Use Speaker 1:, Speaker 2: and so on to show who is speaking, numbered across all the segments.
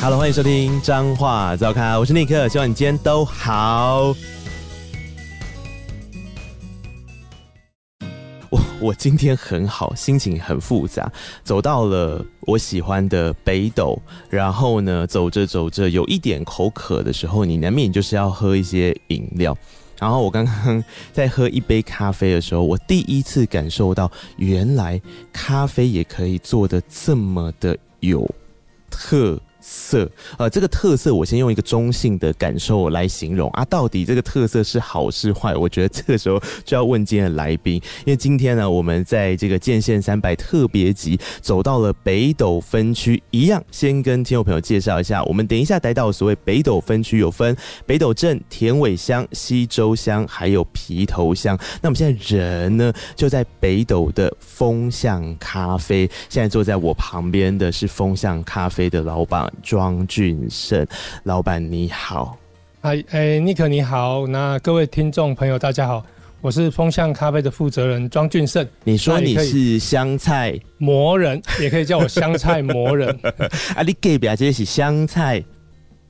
Speaker 1: Hello，欢迎收听彰化早咖，我是尼克，希望你今天都好。我我今天很好，心情很复杂，走到了我喜欢的北斗，然后呢，走着走着有一点口渴的时候，你难免就是要喝一些饮料。然后我刚刚在喝一杯咖啡的时候，我第一次感受到，原来咖啡也可以做的这么的有特色。呃，这个特色我先用一个中性的感受来形容啊，到底这个特色是好是坏？我觉得这个时候就要问今天的来宾，因为今天呢，我们在这个建县三百特别集走到了北斗分区，一样先跟听众朋友介绍一下，我们等一下待到所谓北斗分区有分北斗镇、田尾乡、西周乡，还有皮头乡。那我们现在人呢，就在北斗的风向咖啡。现在坐在我旁边的是风向咖啡的老板庄俊胜，老板你好。
Speaker 2: 哎哎，尼克你好，那各位听众朋友大家好，我是风向咖啡的负责人庄俊胜，
Speaker 1: 你说
Speaker 2: 那
Speaker 1: 你
Speaker 2: 也可以
Speaker 1: 是香菜
Speaker 2: 魔人也可以叫我香菜魔人
Speaker 1: 啊？你给表这是香菜，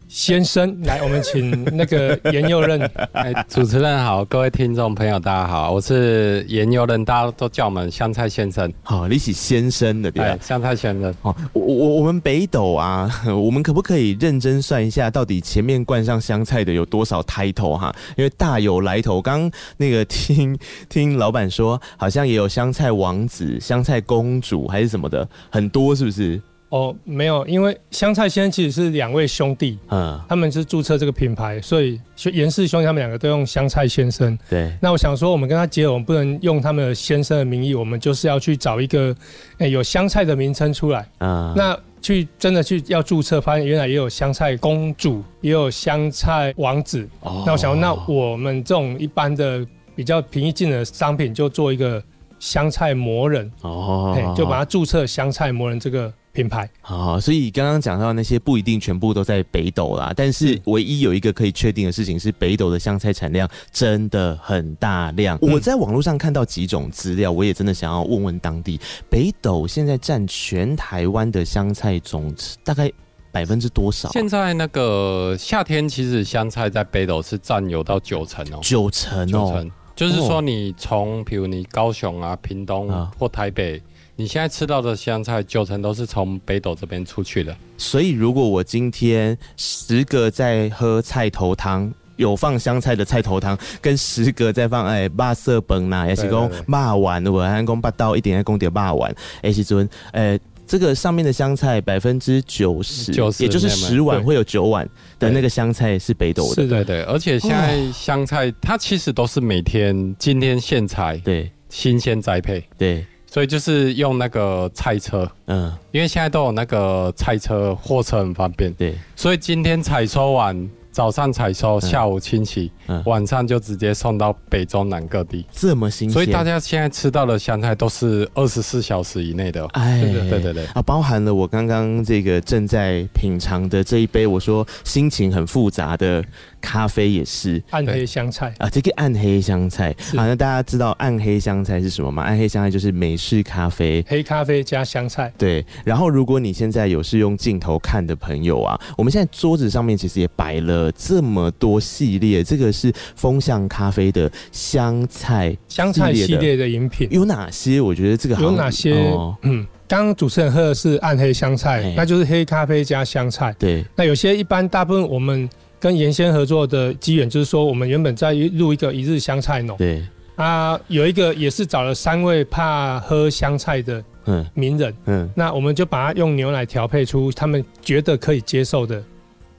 Speaker 2: 先生。来，我们请那个严右任，
Speaker 3: 哎，主持人好，各位听众朋友大家好，我是研究人，大家都叫我们香菜先生。
Speaker 1: 好、你是先生的对吧
Speaker 3: 哎，？香菜先生，
Speaker 1: 哦，我我我们北斗啊， 我们可不可以认真算一下，到底前面冠上香菜的有多少 title 哈？因为大有来头。刚那个听听老板说，好像也有香菜王子、香菜公主还是什么的，很多是不是？
Speaker 2: 哦，没有，因为香菜先生其实是两位兄弟，
Speaker 1: 嗯，
Speaker 2: 他们是注册这个品牌，所以严氏兄弟他们两个都用香菜先生。
Speaker 1: 对，
Speaker 2: 那我想说，我们跟他结合，我们不能用他们的先生的名义，我们就是要去找一个、哎有香菜的名称出来。
Speaker 1: 嗯，
Speaker 2: 那去真的去要注册，发现原来也有香菜公主，也有香菜王子。
Speaker 1: 哦
Speaker 2: 那我想，那我们这种一般的比较平易近人的商品，就做一个香菜魔人，嘿
Speaker 1: 哦，
Speaker 2: 就把它注册香菜魔人这个品牌。
Speaker 1: 好，所以刚刚讲到那些不一定全部都在北斗啦，但是唯一有一个可以确定的事情是，北斗的香菜产量真的很大量。
Speaker 2: 嗯
Speaker 1: 我在网络上看到几种资料，我也真的想要问问当地，北斗现在占全台湾的香菜总值大概百分之多少啊？
Speaker 3: 现在那个夏天其实香菜在北斗是占有到九成哦，
Speaker 1: 九成
Speaker 3: 九
Speaker 1: 哦
Speaker 3: 成，，就是
Speaker 1: 哦
Speaker 3: 说你从比如你高雄啊、屏东
Speaker 1: 啊
Speaker 3: 或台北，你现在吃到的香菜九成都是从北斗这边出去的。
Speaker 1: 所以如果我今天十个在喝菜头汤。有放香菜的菜头汤，跟十个在放哎霸色本呐，也是讲
Speaker 3: 对对对
Speaker 1: 霸丸，我安公霸道一点在公点霸丸，哎是尊，呃这个上面的香菜百分之九十，
Speaker 3: 90
Speaker 1: 也就是
Speaker 3: 那么
Speaker 1: 十碗
Speaker 2: 对
Speaker 1: 会有九碗的那个香菜是北斗的，
Speaker 2: 是
Speaker 3: 对
Speaker 2: 的，
Speaker 3: 对，而且现在香菜它其实都是每天今天现采
Speaker 1: 对
Speaker 3: 新鲜栽培，
Speaker 1: 对，
Speaker 3: 所以就是用那个菜车。
Speaker 1: 嗯
Speaker 3: 因为现在都有那个菜车、货车很方便，
Speaker 1: 对，
Speaker 3: 所以今天采收完，早上采收，下午清洗，
Speaker 1: 嗯
Speaker 3: 晚上就直接送到北中南各地。
Speaker 1: 这么新鲜，
Speaker 3: 所以大家现在吃到的香菜都是二十四小时以内的哦。
Speaker 1: 哎
Speaker 2: 是的
Speaker 3: 对对对，
Speaker 1: 啊，包含了我刚刚这个正在品尝的这一杯，我说心情很复杂的咖啡也是，
Speaker 2: 暗黑香菜。
Speaker 1: 啊，这个暗黑香菜
Speaker 2: 是
Speaker 1: 啊，那大家知道暗黑香菜是什么吗？暗黑香菜就是美式咖啡。
Speaker 2: 黑咖啡加香菜，
Speaker 1: 对，然后如果你现在有是用镜头看的朋友啊，我们现在桌子上面其实也摆了这么多系列，这个是风向咖啡的香菜，
Speaker 2: 香菜
Speaker 1: 系列的
Speaker 2: 系列的饮品
Speaker 1: 有哪些？我觉得这个好像
Speaker 2: 有哪些？
Speaker 1: 哦、
Speaker 2: 嗯，刚刚主持人喝的是暗黑香
Speaker 1: 哎
Speaker 2: 菜，那就是黑咖啡加香菜。
Speaker 1: 对，
Speaker 2: 那有些一般大部分我们跟原先合作的机缘，就是说我们原本在录一个一日香菜农
Speaker 1: 对，
Speaker 2: 啊，有一个也是找了三位怕喝香菜的
Speaker 1: 嗯
Speaker 2: 名人，
Speaker 1: 嗯，
Speaker 2: 那我们就把它用牛奶调配出他们觉得可以接受的，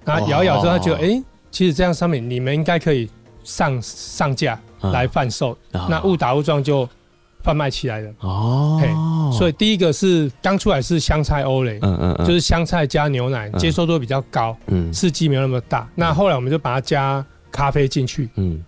Speaker 2: 然后摇一摇之后，他觉得
Speaker 1: 哦
Speaker 2: 哎、诶其实这样商品你们应该可以上上架
Speaker 1: 嗯
Speaker 2: 来贩售，
Speaker 1: 啊
Speaker 2: 那误打误撞就贩卖起来了。
Speaker 1: 哦，
Speaker 2: 所
Speaker 1: 以
Speaker 2: 以第一个是刚出来是香菜欧蕾，
Speaker 1: 嗯嗯嗯，
Speaker 2: 就是香菜加牛奶，
Speaker 1: 嗯
Speaker 2: 接受度比较高。
Speaker 1: 嗯
Speaker 2: 刺激没有那么大。那后来我们就把它加咖啡进去。
Speaker 1: 嗯，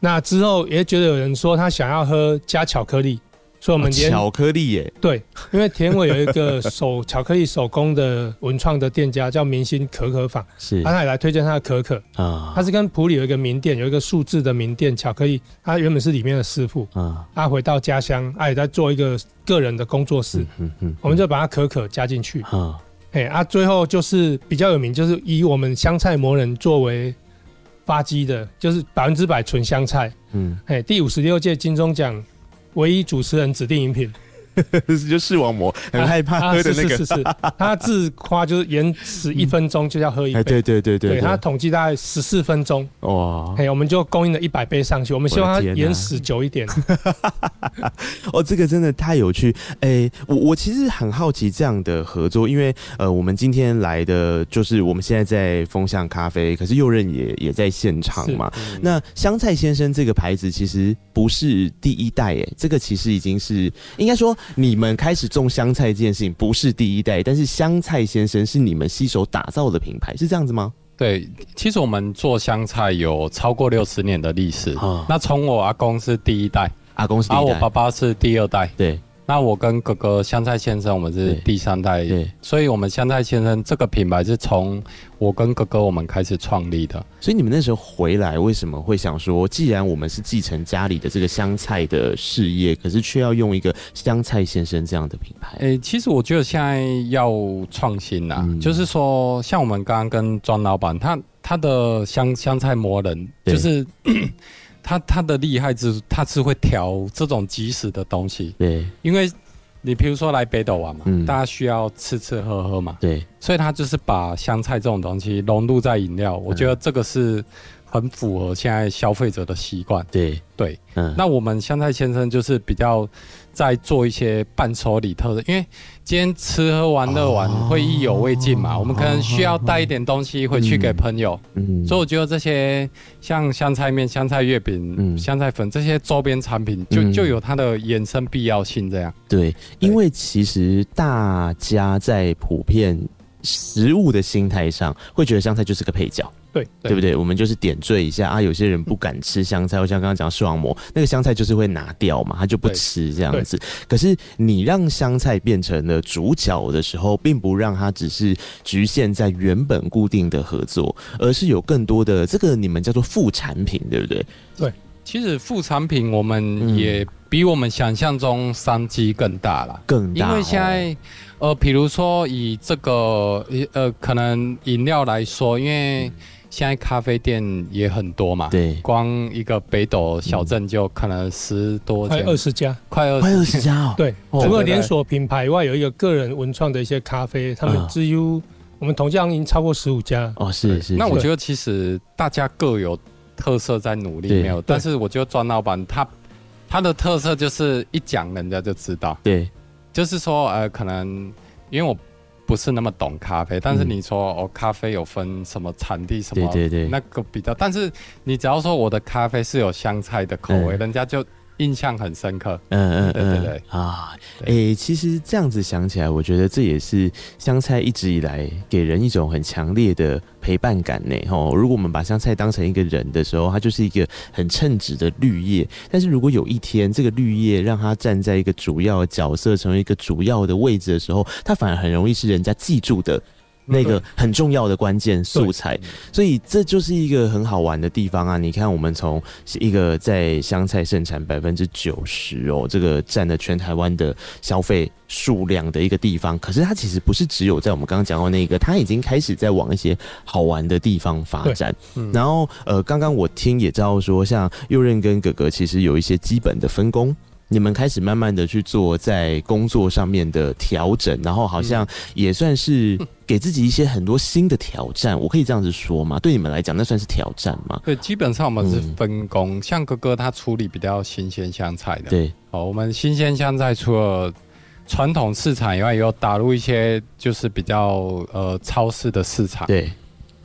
Speaker 2: 那之后也觉得有人说他想要喝加巧克力，所以我
Speaker 1: 我
Speaker 2: 们连、
Speaker 1: 哦巧克力耶，
Speaker 2: 对，因为田尾有一个手巧克力手工的文创的店家叫明星可可坊，
Speaker 1: 是
Speaker 2: 他
Speaker 1: 啊
Speaker 2: 也来推荐他的可可，他是跟普里有一个名店，有一个数字的名店巧克力，他原本是里面的师傅，
Speaker 1: 啊，
Speaker 2: 他回到家乡，他也在做一个个人的工作室，
Speaker 1: 嗯嗯嗯，
Speaker 2: 我们就把他可可加进去，
Speaker 1: 啊。
Speaker 2: 哎、哎啊，最后就是比较有名，就是以我们香菜魔人作为发基的，就是百分之百纯香菜。
Speaker 1: 嗯，
Speaker 2: 哎，第五十六届金钟奖唯一主持人指定饮品，
Speaker 1: 就视网膜 很害怕
Speaker 2: 啊
Speaker 1: 喝的那
Speaker 2: 是
Speaker 1: 个
Speaker 2: 是，是是，他自夸就是延迟一分钟就要喝一
Speaker 1: 哎，
Speaker 2: 杯，
Speaker 1: 对对对对，
Speaker 2: 对他统计大概十四分钟，
Speaker 1: 哇，
Speaker 2: 哎，我们就供应了一百杯上去，我们希望
Speaker 1: 我
Speaker 2: 它
Speaker 1: 的天啊哪
Speaker 2: 延时久一点。
Speaker 1: 哦，这个真的太有趣。哎、我我其实很好奇这样的合作，因为呃，我们今天来的就是我们现在在风向咖啡，可是右任也也在现场
Speaker 2: 是
Speaker 1: 嘛。那香菜先生这个牌子其实不是第一代，哎，这个其实已经是应该说你们开始种香菜这件事情不是第一代，但是香菜先生是你们携手打造的品牌，是这样子吗？
Speaker 3: 对，其实我们做香菜有超过六十年的历史。
Speaker 1: 啊，
Speaker 3: 那从我阿公是第一代，
Speaker 1: 阿公是第
Speaker 3: 啊，
Speaker 1: 一
Speaker 3: 我
Speaker 1: 代，
Speaker 3: 爸爸是第二代，
Speaker 1: 对
Speaker 3: 那我跟哥哥香菜先生，我们是
Speaker 1: 对
Speaker 3: 第三代，
Speaker 1: 对，
Speaker 3: 所以我们香菜先生这个品牌是从我跟哥哥我们开始创立的。
Speaker 1: 所以你们那时候回来，为什么会想说，既然我们是继承家里的这个香菜的事业，可是却要用一个香菜先生这样的品牌？
Speaker 3: 诶、其实我觉得现在要创新啦、啊
Speaker 1: 嗯
Speaker 3: 就是说，像我们刚刚跟庄老板，他他的香香菜魔人，
Speaker 1: 对
Speaker 3: 就是 咳他他的厉害之处，他是会调这种即时的东西，
Speaker 1: 对
Speaker 3: 因为你比如说来北斗玩嘛，
Speaker 1: 嗯
Speaker 3: 大家需要吃吃喝喝嘛，
Speaker 1: 对，
Speaker 3: 所以他就是把香菜这种东西融入在饮料，我觉
Speaker 1: 嗯
Speaker 3: 得这个是很符合现在消费者的习惯。
Speaker 1: 对
Speaker 3: 对，
Speaker 1: 嗯，
Speaker 3: 那我们香菜先生就是比较在做一些伴手礼特色，因为今天吃喝玩乐完
Speaker 1: 哦
Speaker 3: 会意犹未尽嘛，我们可能需要带一点东西回去给朋友，
Speaker 1: 嗯
Speaker 3: 所以我觉得这些像香菜面、香菜月饼、
Speaker 1: 嗯
Speaker 3: 香菜粉这些周边产品就，就
Speaker 1: 嗯
Speaker 3: 有它的衍生必要性这样。
Speaker 1: 对，因为其实大家在普遍食物的心态上，会觉得香菜就是个配角。
Speaker 2: 对
Speaker 1: 对不对？我们就是点缀一下啊，有些人不敢吃香菜，我像刚刚讲视网膜，那个香菜就是会拿掉嘛，他就不
Speaker 3: 对
Speaker 1: 吃这样子。可是你让香菜变成了主角的时候，并不让它只是局限在原本固定的合作，而是有更多的这个你们叫做副产品，对不对？
Speaker 3: 其实副产品我
Speaker 1: 嗯
Speaker 3: 们也比我们想象中商机更大啦。
Speaker 1: 更
Speaker 3: 因
Speaker 1: 大哦，
Speaker 3: 为现在，呃，比如说以这个呃，可能饮料来说，因为现在咖啡店也很多嘛，，
Speaker 1: 对
Speaker 3: 光一个北斗小镇就可能十多
Speaker 2: 快
Speaker 3: 间，
Speaker 2: 二十家，
Speaker 3: 快二
Speaker 1: 快
Speaker 3: 十，
Speaker 1: 二十家哦，
Speaker 2: 对，
Speaker 1: 哦
Speaker 2: 除
Speaker 3: 呃对
Speaker 2: 了
Speaker 3: 对
Speaker 2: 连锁品牌以外，有一个个人文创的一些咖啡，他们
Speaker 1: 嗯
Speaker 2: 几乎我们统计上已经超过十五家。
Speaker 1: 哦是是，
Speaker 3: 那
Speaker 1: 是
Speaker 3: 我觉得其实大家各有特色在努力，
Speaker 1: 对
Speaker 3: 没有，但是我觉得庄老板他他的特色就是一讲人家就知道。
Speaker 1: 对
Speaker 3: 就是说，呃，可能因为我不是那么懂咖啡，但是
Speaker 1: 嗯
Speaker 3: 你说、哦，咖啡有分什么产地什
Speaker 1: 对
Speaker 3: 么，
Speaker 1: 对对，
Speaker 3: 那个比较，但是你只要说我的咖啡是有香菜的口味，
Speaker 1: 嗯
Speaker 3: 人家就印象很深刻。
Speaker 1: 嗯嗯
Speaker 3: 对对
Speaker 1: 嗯
Speaker 3: 对
Speaker 1: 啊，
Speaker 3: 对
Speaker 1: 诶、其实这样子想起来，我觉得这也是香菜一直以来给人一种很强烈的陪伴感呢。吼，如果我们把香菜当成一个人的时候，它就是一个很称职的绿叶。但是如果有一天这个绿叶让它站在一个主要的角色，成为一个主要的位置的时候，它反而很容易是人家记住的。那个很重要的关键素材，所以这就是一个很好玩的地方啊！你看，我们从一个在香菜盛产百分之九十哦，这个占了全台湾的消费数量的一个地方，可是它其实不是只有在我们刚刚讲到那个，它已经开始在往一些好玩的地方发展。
Speaker 3: 嗯
Speaker 1: 然后呃，刚刚我听也知道说，像右任跟哥哥其实有一些基本的分工。你们开始慢慢的去做在工作上面的调整，然后好像也算是给自己一些很多新的挑战，我可以这样子说吗？对你们来讲，那算是挑战吗？
Speaker 3: 对，基本上我们是
Speaker 1: 嗯
Speaker 3: 分工，像哥哥他处理比较新鲜香菜的，
Speaker 1: 对，
Speaker 3: 哦，我们新鲜香菜除了传统市场以外，也有打入一些就是比较呃超市的市场。
Speaker 1: 对，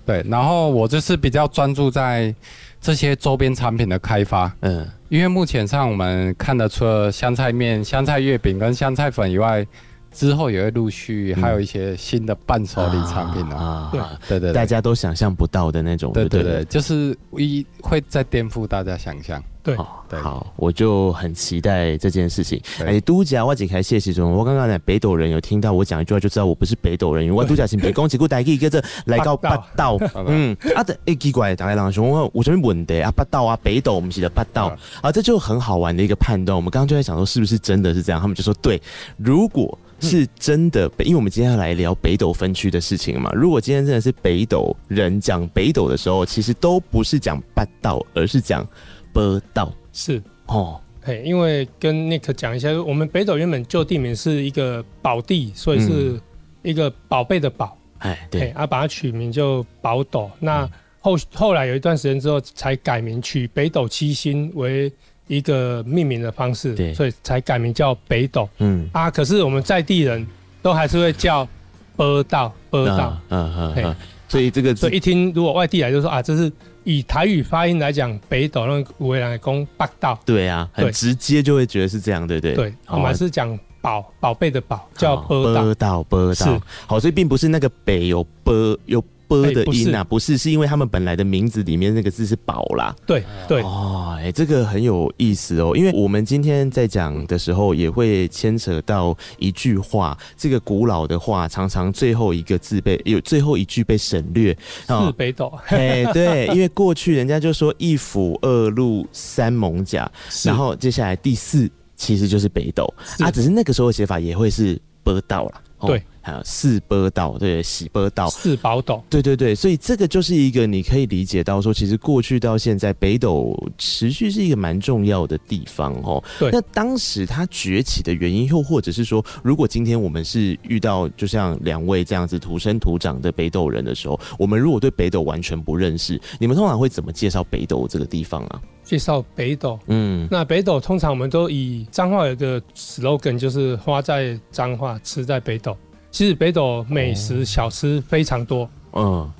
Speaker 3: 对，然后我就是比较专注在这些周边产品的开发，
Speaker 1: 嗯，
Speaker 3: 因为目前上我们看得除了香菜面、香菜月饼跟香菜粉以外，之后也会陆续
Speaker 1: 嗯
Speaker 3: 还有一些新的伴手礼产品啊。
Speaker 2: 对
Speaker 1: 啊
Speaker 3: 对对
Speaker 1: 大
Speaker 3: 对
Speaker 1: 家都想象不到的那种，
Speaker 3: 对
Speaker 1: 对
Speaker 3: 对
Speaker 1: 了
Speaker 3: 对，就是一会再颠覆大家想象。
Speaker 2: 对
Speaker 1: 哦，
Speaker 3: 对
Speaker 1: 好，我就很期待这件事情。
Speaker 3: 对
Speaker 1: 哎，都假我只开谢谢中，我刚刚在北斗人有听到我讲一句话，就知道我不是北斗人，因为我都假 是北宫只顾台语，跟着来到
Speaker 2: 北
Speaker 1: 北
Speaker 2: 斗
Speaker 1: 斗。
Speaker 3: 好吧
Speaker 1: 嗯，啊的，哎，奇怪，大概人想我有什么问题啊？北斗啊，北斗，我们是的北斗
Speaker 3: 嗯
Speaker 1: 啊，这就很好玩的一个判断。我们刚刚就在想说，是不是真的是这样？他们就说对，如果。是真
Speaker 2: 嗯
Speaker 1: 的北，因为我们今天要来聊北斗分区的事情嘛。如果今天真的是北斗人讲北斗的时候，其实都不是讲八道，而是讲波道
Speaker 2: 是，
Speaker 1: 哦。
Speaker 2: 嘿，因为跟 Nick 讲一下，我们北斗原本旧地名是一个宝地，所以
Speaker 1: 嗯
Speaker 2: 是一个宝贝的宝，
Speaker 1: 哎，
Speaker 2: 嘿，
Speaker 1: 对，嗯
Speaker 2: 啊，把它取名就宝斗。那后后来有一段时间之后，才改名取北斗七星为一个命名的方
Speaker 1: 对
Speaker 2: 式，所以才改名叫北斗
Speaker 1: 嗯，
Speaker 2: 啊。可是我们在地人都还是会叫波道波道
Speaker 1: 嗯，嗯嗯
Speaker 2: 嘿
Speaker 1: 嗯，所以这个
Speaker 2: 所以一听如果外地来就说啊，这是以台语发音来讲，北斗那个维兰公八道。
Speaker 1: 对啊，很
Speaker 2: 对
Speaker 1: 直接就会觉得是这样，对不对？哦
Speaker 2: 对，
Speaker 1: 好
Speaker 2: 我们还
Speaker 1: 啊
Speaker 2: 是讲宝宝贝的宝，叫波道。
Speaker 1: 波道波道
Speaker 2: 是，
Speaker 1: 好，所以并不是那个北有波有波的
Speaker 2: 哎不是
Speaker 1: 音啊，不是，是因为他们本来的名字里面那个字是宝啦。
Speaker 2: 对对，
Speaker 1: 哦，哎、这个很有意思哦，因为我们今天在讲的时候，也会牵扯到一句话，这个古老的话，常常最后一个字被有最后一句被省略
Speaker 2: 是北斗。
Speaker 1: 嘿，对，因为过去人家就说一府二路三艋啊甲，
Speaker 2: 是
Speaker 1: 然后接下来第四其实就是北斗
Speaker 2: 是
Speaker 1: 啊，只是那个时候的写法也会是波道啦，哦
Speaker 2: 对，
Speaker 1: 还有四波道，对，喜波道，
Speaker 2: 是宝斗。
Speaker 1: 对对对，所以这个就是一个你可以理解到说，其实过去到现在，北斗持续是一个蛮重要的地方哦。
Speaker 2: 对
Speaker 1: 那当时它崛起的原因，又或者是说，如果今天我们是遇到就像两位这样子土生土长的北斗人的时候，我们如果对北斗完全不认识，你们通常会怎么介绍北斗这个地方啊？
Speaker 2: 介绍北斗。
Speaker 1: 嗯，
Speaker 2: 那北斗通常我们都以彰化有个 slogan，就是花在彰化，吃在北斗。其实北斗美食小吃非常多，
Speaker 1: 嗯，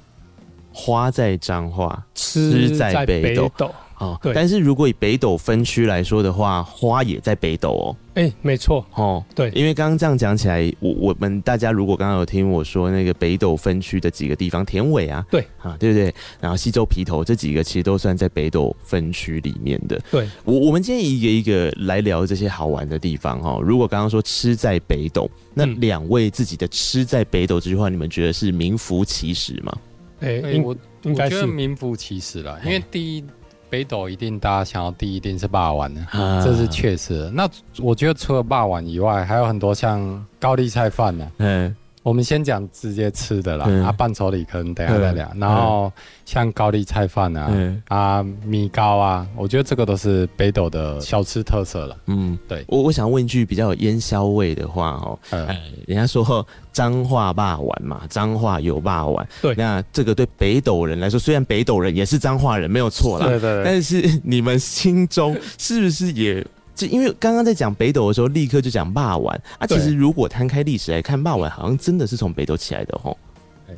Speaker 1: 花在彰化
Speaker 2: 吃
Speaker 1: 在
Speaker 2: 在
Speaker 1: 北
Speaker 2: 北
Speaker 1: 斗
Speaker 2: 斗。
Speaker 1: 哦，
Speaker 2: 对
Speaker 1: 但是如果以北斗分区来说的话，花也在北斗哦。
Speaker 2: 哎，没错，
Speaker 1: 哦，
Speaker 2: 对
Speaker 1: 因为刚刚这样讲起来，我我们大家如果刚刚有听我说那个北斗分区的几个地方，田尾啊，
Speaker 2: 对
Speaker 1: 啊，对不对？然后西周皮头这几个其实都算在北斗分区里面的。
Speaker 2: 对，
Speaker 1: 我我们今天一个一个来聊这些好玩的地方哦。如果刚刚说吃在北斗，那
Speaker 2: 嗯
Speaker 1: 两位自己的吃在北斗这句话，你们觉得是名副其实吗？
Speaker 2: 哎，
Speaker 3: 哎
Speaker 2: 应
Speaker 3: 我
Speaker 2: 应该
Speaker 3: 我觉得
Speaker 2: 是
Speaker 3: 名副其实了，
Speaker 1: 嘿
Speaker 3: 因为第一北斗一定大家想要第一定是霸王的，
Speaker 1: 啊
Speaker 3: 这是确实的。那我觉得除了霸王以外，还有很多像高丽菜饭呢、
Speaker 1: 嗯
Speaker 3: 我们先讲直接吃的啦，
Speaker 1: 嗯
Speaker 3: 啊，伴手礼可能等一下再聊。
Speaker 1: 嗯
Speaker 3: 然后像高丽菜饭啊，
Speaker 1: 嗯
Speaker 3: 啊，米糕啊，我觉得这个都是北斗的小吃特色了。
Speaker 1: 嗯，
Speaker 3: 对
Speaker 1: 我我想问一句比较有烟硝味的话哦，
Speaker 3: 呃，
Speaker 1: 哎，人家说彰化霸丸嘛，彰化有霸丸。
Speaker 2: 对
Speaker 1: 那这个对北斗人来说，虽然北斗人也是彰化人，没有错啦，
Speaker 3: 对对 对，
Speaker 1: 但是你们心中是不是也？就因为刚刚在讲北斗的时候，立刻就讲霸丸啊。其
Speaker 3: 对
Speaker 1: 实如果摊开历史来看，霸丸好像真的是从北斗起来的吼。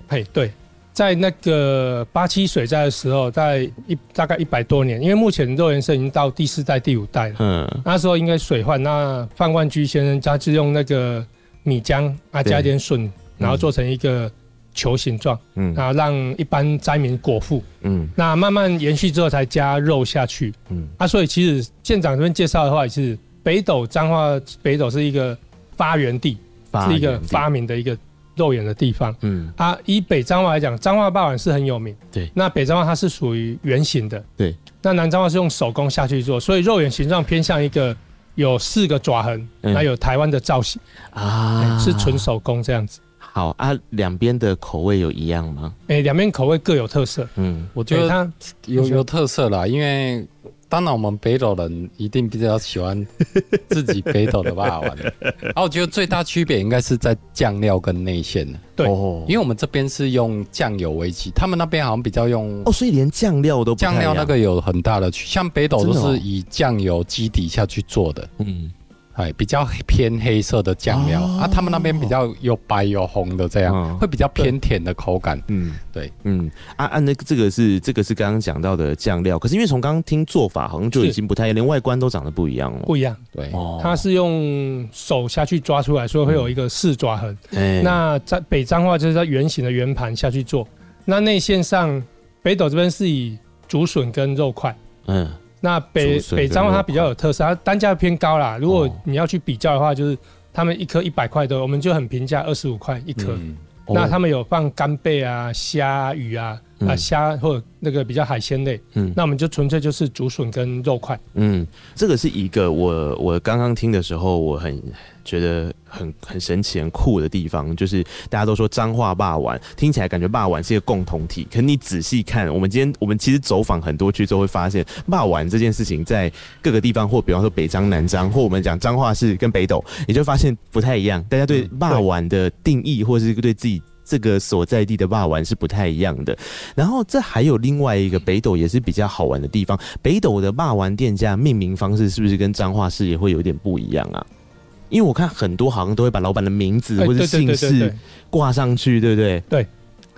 Speaker 2: 嘿，对，在那个八七水灾的时候，在一大概一百多年，因为目前肉圆社已经到第四代、第五代了。
Speaker 1: 嗯，
Speaker 2: 那时候应该水患，那范万居先生他是用那个米浆啊
Speaker 1: 对
Speaker 2: 加一点笋，然后做啊成一个球形状，
Speaker 1: 嗯
Speaker 2: 然后让一般灾民果腹。
Speaker 1: 嗯
Speaker 2: 那慢慢延续之后才加肉下去。
Speaker 1: 嗯
Speaker 2: 啊，所以其实县长这边介绍的话，也是北斗彰化北斗是一个发源地，
Speaker 1: 发
Speaker 2: 是一个
Speaker 1: 源地
Speaker 2: 发明的一个肉圆的地方。
Speaker 1: 嗯
Speaker 2: 啊，以北彰化来讲，彰化霸碗是很有名。
Speaker 1: 对
Speaker 2: 那北彰化它是属于圆形的。
Speaker 1: 对，
Speaker 2: 那南彰化是用手工下去做，所以肉眼形状偏向一个有四个爪痕，
Speaker 1: 嗯
Speaker 2: 那、有台湾的造型，
Speaker 1: 啊，
Speaker 2: 哎是纯手工这样子。
Speaker 1: 好啊。两边的口味有一样吗？
Speaker 2: 哎、两边口味各有特色。
Speaker 1: 嗯
Speaker 3: 我觉
Speaker 2: 对
Speaker 3: 得
Speaker 2: 它
Speaker 3: 有有特色啦，因为当然我们北斗人一定比较 喜欢自己北斗的霸王，然后我觉得最大区别应该是在酱料跟内馅了，
Speaker 2: 对
Speaker 1: 哦
Speaker 3: 因为我们这边是用酱油为基，他们那边好像比较用
Speaker 1: 哦，所以连酱料都不太
Speaker 3: 酱料
Speaker 1: 一
Speaker 3: 那
Speaker 1: 样
Speaker 3: 个有很大的区，像北斗
Speaker 1: 真
Speaker 3: 都
Speaker 1: 的哦
Speaker 3: 是以酱油基底下去做的，
Speaker 1: 嗯。
Speaker 3: 哎，比较偏黑色的酱料、
Speaker 1: 哦
Speaker 3: 啊，他们那边比较有白有红的这样，
Speaker 1: 嗯
Speaker 3: 会比较偏甜的口感。
Speaker 1: 嗯，
Speaker 3: 对，
Speaker 1: 嗯，啊啊，那个这个是这个是刚刚讲到的酱料，可是因为从刚刚听做法好像就已
Speaker 2: 是
Speaker 1: 经不太一样，连外观都长得不一样哦。
Speaker 2: 不一样，
Speaker 3: 对，
Speaker 1: 哦
Speaker 2: 它是用手下去抓出来，所以会有一个四爪痕。
Speaker 1: 哎
Speaker 2: 那在北彰化就是在圆形的圆盘下去做，那内线上北斗这边是以竹笋跟肉块。
Speaker 1: 嗯
Speaker 2: 那北
Speaker 1: 竹笋
Speaker 2: 北
Speaker 1: 跟
Speaker 2: 彰化
Speaker 1: 肉
Speaker 2: 它比较有特色，它单价偏高啦。如果
Speaker 1: 哦
Speaker 2: 你要去比较的话，就是他们一颗一百块的，我们就很平价，二十五块一颗。
Speaker 3: 嗯
Speaker 2: 那
Speaker 1: 哦
Speaker 2: 他们有放干贝啊、虾啊、鱼啊，
Speaker 1: 嗯
Speaker 2: 啊虾或者那个比较海鲜类，
Speaker 1: 嗯
Speaker 2: 那我们就纯粹就是竹笋跟肉块。
Speaker 1: 嗯，这个是一个我我刚刚听的时候，我很觉得很很神奇、很酷的地方，就是大家都说彰化霸碗，听起来感觉霸碗是一个共同体，可你仔细看，我们今天我们其实走访很多区之后，会发现霸碗这件事情在各个地方，或比方说北彰、南彰，或我们讲彰化市跟北斗，你就发现不太一样，大家对
Speaker 2: 嗯
Speaker 1: 霸碗的定义，或是对自己。这个所在地的霸碗是不太一样的，然后这还有另外一个北斗也是比较好玩的地方，北斗的霸王店家命名方式是不是跟彰化市也会有点不一样啊？因为我看很多好像都会把老板的名字或
Speaker 2: 哎
Speaker 1: 者
Speaker 2: 对对
Speaker 1: 姓
Speaker 2: 对对
Speaker 1: 氏
Speaker 2: 对，
Speaker 1: 挂上去，对不对？
Speaker 2: 对
Speaker 1: 嗯，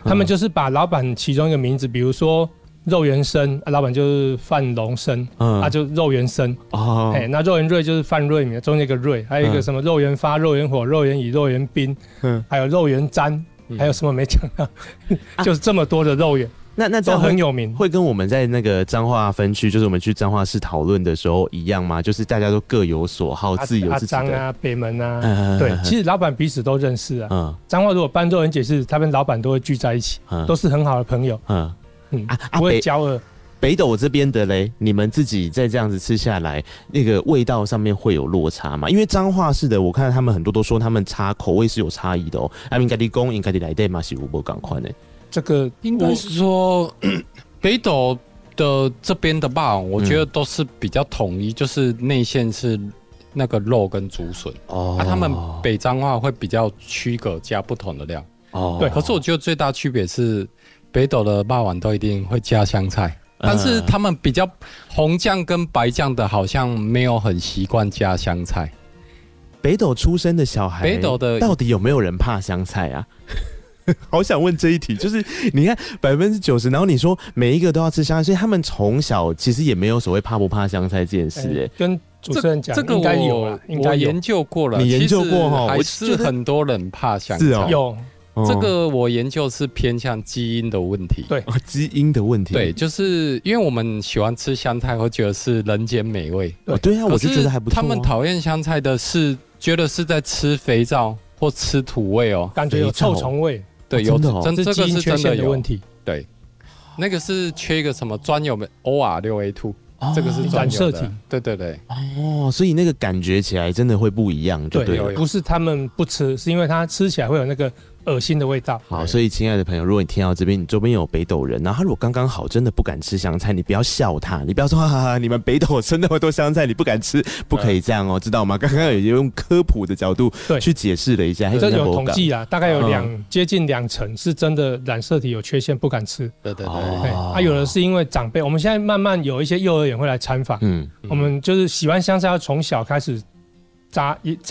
Speaker 2: 他们就是把老板其中一个名字，比如说肉圆生，啊、老板就是范龙生，
Speaker 1: 嗯
Speaker 2: 啊就肉圆生，
Speaker 1: 哦
Speaker 2: 哎、那肉圆瑞就是范瑞米，中间一个瑞，还有一个
Speaker 1: 嗯
Speaker 2: 什么肉圆发、肉圆火、肉圆乙、肉圆冰，
Speaker 1: 嗯
Speaker 2: 还有肉圆粘，
Speaker 3: 嗯
Speaker 2: 还有什么没讲到？ 就是这么多的肉圆
Speaker 1: 那那这
Speaker 2: 都
Speaker 1: 样会
Speaker 2: 很有名。
Speaker 1: 会跟我们在那个彰化分区，就是我们去彰化市讨论的时候一样吗？就是大家都各有所好，
Speaker 2: 阿
Speaker 1: 自己有
Speaker 2: 阿
Speaker 1: 自己
Speaker 2: 张
Speaker 1: 的。
Speaker 2: 啊，北门啊，
Speaker 1: 嗯
Speaker 2: 对，其实老板彼此都认识啊。
Speaker 1: 嗯
Speaker 2: 彰化如果办肉圆解释，他们老板都会聚在一起，
Speaker 1: 嗯
Speaker 2: 都是很好的朋友，
Speaker 1: 嗯
Speaker 2: 嗯，
Speaker 1: 啊啊
Speaker 2: 不会
Speaker 1: 北
Speaker 2: 骄傲。
Speaker 1: 北斗这边的嘞，你们自己再这样子吃下来，那个味道上面会有落差吗？因为彰化市的，我看他们很多都说他们差口味是有差异的哦、阿明咖喱公，应该喱来对嘛，是无波赶快呢。
Speaker 2: 这个
Speaker 3: 应该是
Speaker 1: 哦
Speaker 3: 说北斗的这边的霸王，我觉得都是比较统一，就是内馅是那个肉跟竹笋，
Speaker 1: 哦
Speaker 3: 啊，他们北彰化会比较区隔加不同的料。
Speaker 1: 哦
Speaker 2: 对
Speaker 3: 可是我觉得最大区别是北斗的霸王都一定会加香菜。但
Speaker 1: 嗯
Speaker 3: 是他们比较红酱跟白酱的，好像没有很习惯加香菜。
Speaker 1: 北斗出生的小孩，
Speaker 3: 北斗的
Speaker 1: 到底有没有人怕香菜啊？ 好想问这一题，就是你看百分之九十，然后你说每一个都要吃香菜，所以他们从小其实也没有所谓怕不怕香菜这件事、哎、
Speaker 2: 哎跟主持人讲，
Speaker 3: 这个
Speaker 2: 应该有
Speaker 3: 我
Speaker 2: 啦，应
Speaker 3: 我
Speaker 2: 该有
Speaker 3: 研究过了，
Speaker 1: 你研究
Speaker 3: 其实
Speaker 1: 过哦
Speaker 3: 还
Speaker 1: 我
Speaker 3: 是
Speaker 1: 觉得
Speaker 3: 很多人怕香菜。
Speaker 1: 是哦
Speaker 2: 有
Speaker 1: 哦
Speaker 3: 这个我研究是偏向基因的问题。
Speaker 2: 对
Speaker 1: 哦基因的问题，
Speaker 3: 对，就是因为我们喜欢吃香菜，会觉得是人间美味。
Speaker 1: 哦对啊，我就
Speaker 3: 可是
Speaker 1: 觉得还不错啊、
Speaker 3: 他们讨厌香菜的是，觉得是在吃肥皂或吃土味哦。
Speaker 2: 感觉有
Speaker 1: 肥皂
Speaker 2: 臭虫味，
Speaker 3: 对，
Speaker 1: 哦
Speaker 3: 有
Speaker 1: 真的哦
Speaker 3: 真
Speaker 2: 是
Speaker 3: 这个
Speaker 2: 基因
Speaker 3: 是
Speaker 2: 缺
Speaker 3: 真
Speaker 2: 陷
Speaker 3: 有
Speaker 2: 问。题，
Speaker 3: 对，那个是缺一个什么专有的 OR 六 A two，
Speaker 1: 哦
Speaker 3: 这个是专
Speaker 2: 染
Speaker 3: 有
Speaker 2: 色
Speaker 3: 的
Speaker 2: 体。
Speaker 3: 对对对，
Speaker 1: 哦，所以那个感觉起来真的会不一样，就对
Speaker 3: 有
Speaker 1: 了。
Speaker 3: 有
Speaker 2: 不是他们不吃，是因为它吃起来会有那个恶心的味道。
Speaker 1: 好，所以亲爱的朋友，如果你听到这边，你周边有北斗人，然后他如果刚刚好真的不敢吃香菜，你不要笑他，你不要说哈哈哈，你们北斗吃那么多香菜，你不敢吃，不可以这样哦，知道吗？刚刚有用科普的角度
Speaker 2: 对
Speaker 1: 去解释了一下，还
Speaker 2: 这
Speaker 1: 真的
Speaker 2: 有
Speaker 1: 不
Speaker 2: 统
Speaker 1: 敢
Speaker 2: 计啊，大概
Speaker 1: 嗯
Speaker 2: 有两接近两成是真的染色体有缺陷不敢吃，
Speaker 3: 对对
Speaker 1: 哦
Speaker 3: 对
Speaker 2: 哎，啊，有的是因为长辈，我们现在慢慢有一些幼儿园会来参访，
Speaker 1: 嗯，
Speaker 3: 嗯
Speaker 2: 我们就是喜欢香菜要从小开始扎一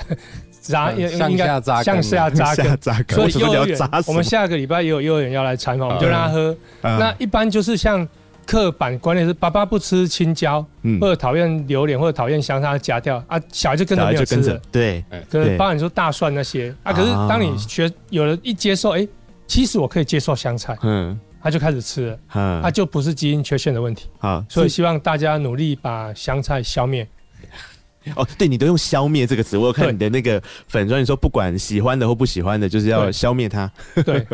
Speaker 2: 扎，
Speaker 3: 嗯
Speaker 2: 应
Speaker 3: 向
Speaker 2: 应该
Speaker 3: 下扎
Speaker 2: 向
Speaker 3: 根
Speaker 2: 下扎
Speaker 1: 下
Speaker 2: 根。
Speaker 1: 扎根，
Speaker 2: 所
Speaker 1: 我
Speaker 2: 以
Speaker 1: 怎
Speaker 2: 幼
Speaker 1: 么
Speaker 2: 儿
Speaker 1: 聊
Speaker 2: 园
Speaker 1: 扎 什么，
Speaker 2: 我们下个礼拜也有幼儿园要来参访，我们就让他喝。
Speaker 1: 嗯
Speaker 2: 那一般就是像刻板观念是爸爸不吃青椒，
Speaker 1: 嗯
Speaker 2: 或者讨厌榴莲，或者讨厌香菜，他夹掉啊，小孩就跟
Speaker 1: 小
Speaker 2: 着
Speaker 1: 孩
Speaker 2: 没有
Speaker 1: 就
Speaker 2: 吃
Speaker 1: 跟着
Speaker 2: 的。，
Speaker 1: 对，
Speaker 2: 可
Speaker 1: 对
Speaker 2: 能包含说大蒜那些啊，可是
Speaker 1: 啊
Speaker 2: 当你学有人一接受，哎、其实我可以接受香菜，
Speaker 1: 嗯
Speaker 2: 他就开始吃了，
Speaker 1: 嗯
Speaker 2: 他，就不是基因缺陷的问题。
Speaker 1: 好，
Speaker 2: 啊所以希望大家努力把香菜消灭。
Speaker 1: 哦，对你都用“消灭”这个词，我有看
Speaker 2: 对
Speaker 1: 你的那个粉砖，你说不管喜欢的或不喜欢的，就是要
Speaker 2: 对
Speaker 1: 消灭它，
Speaker 2: 对，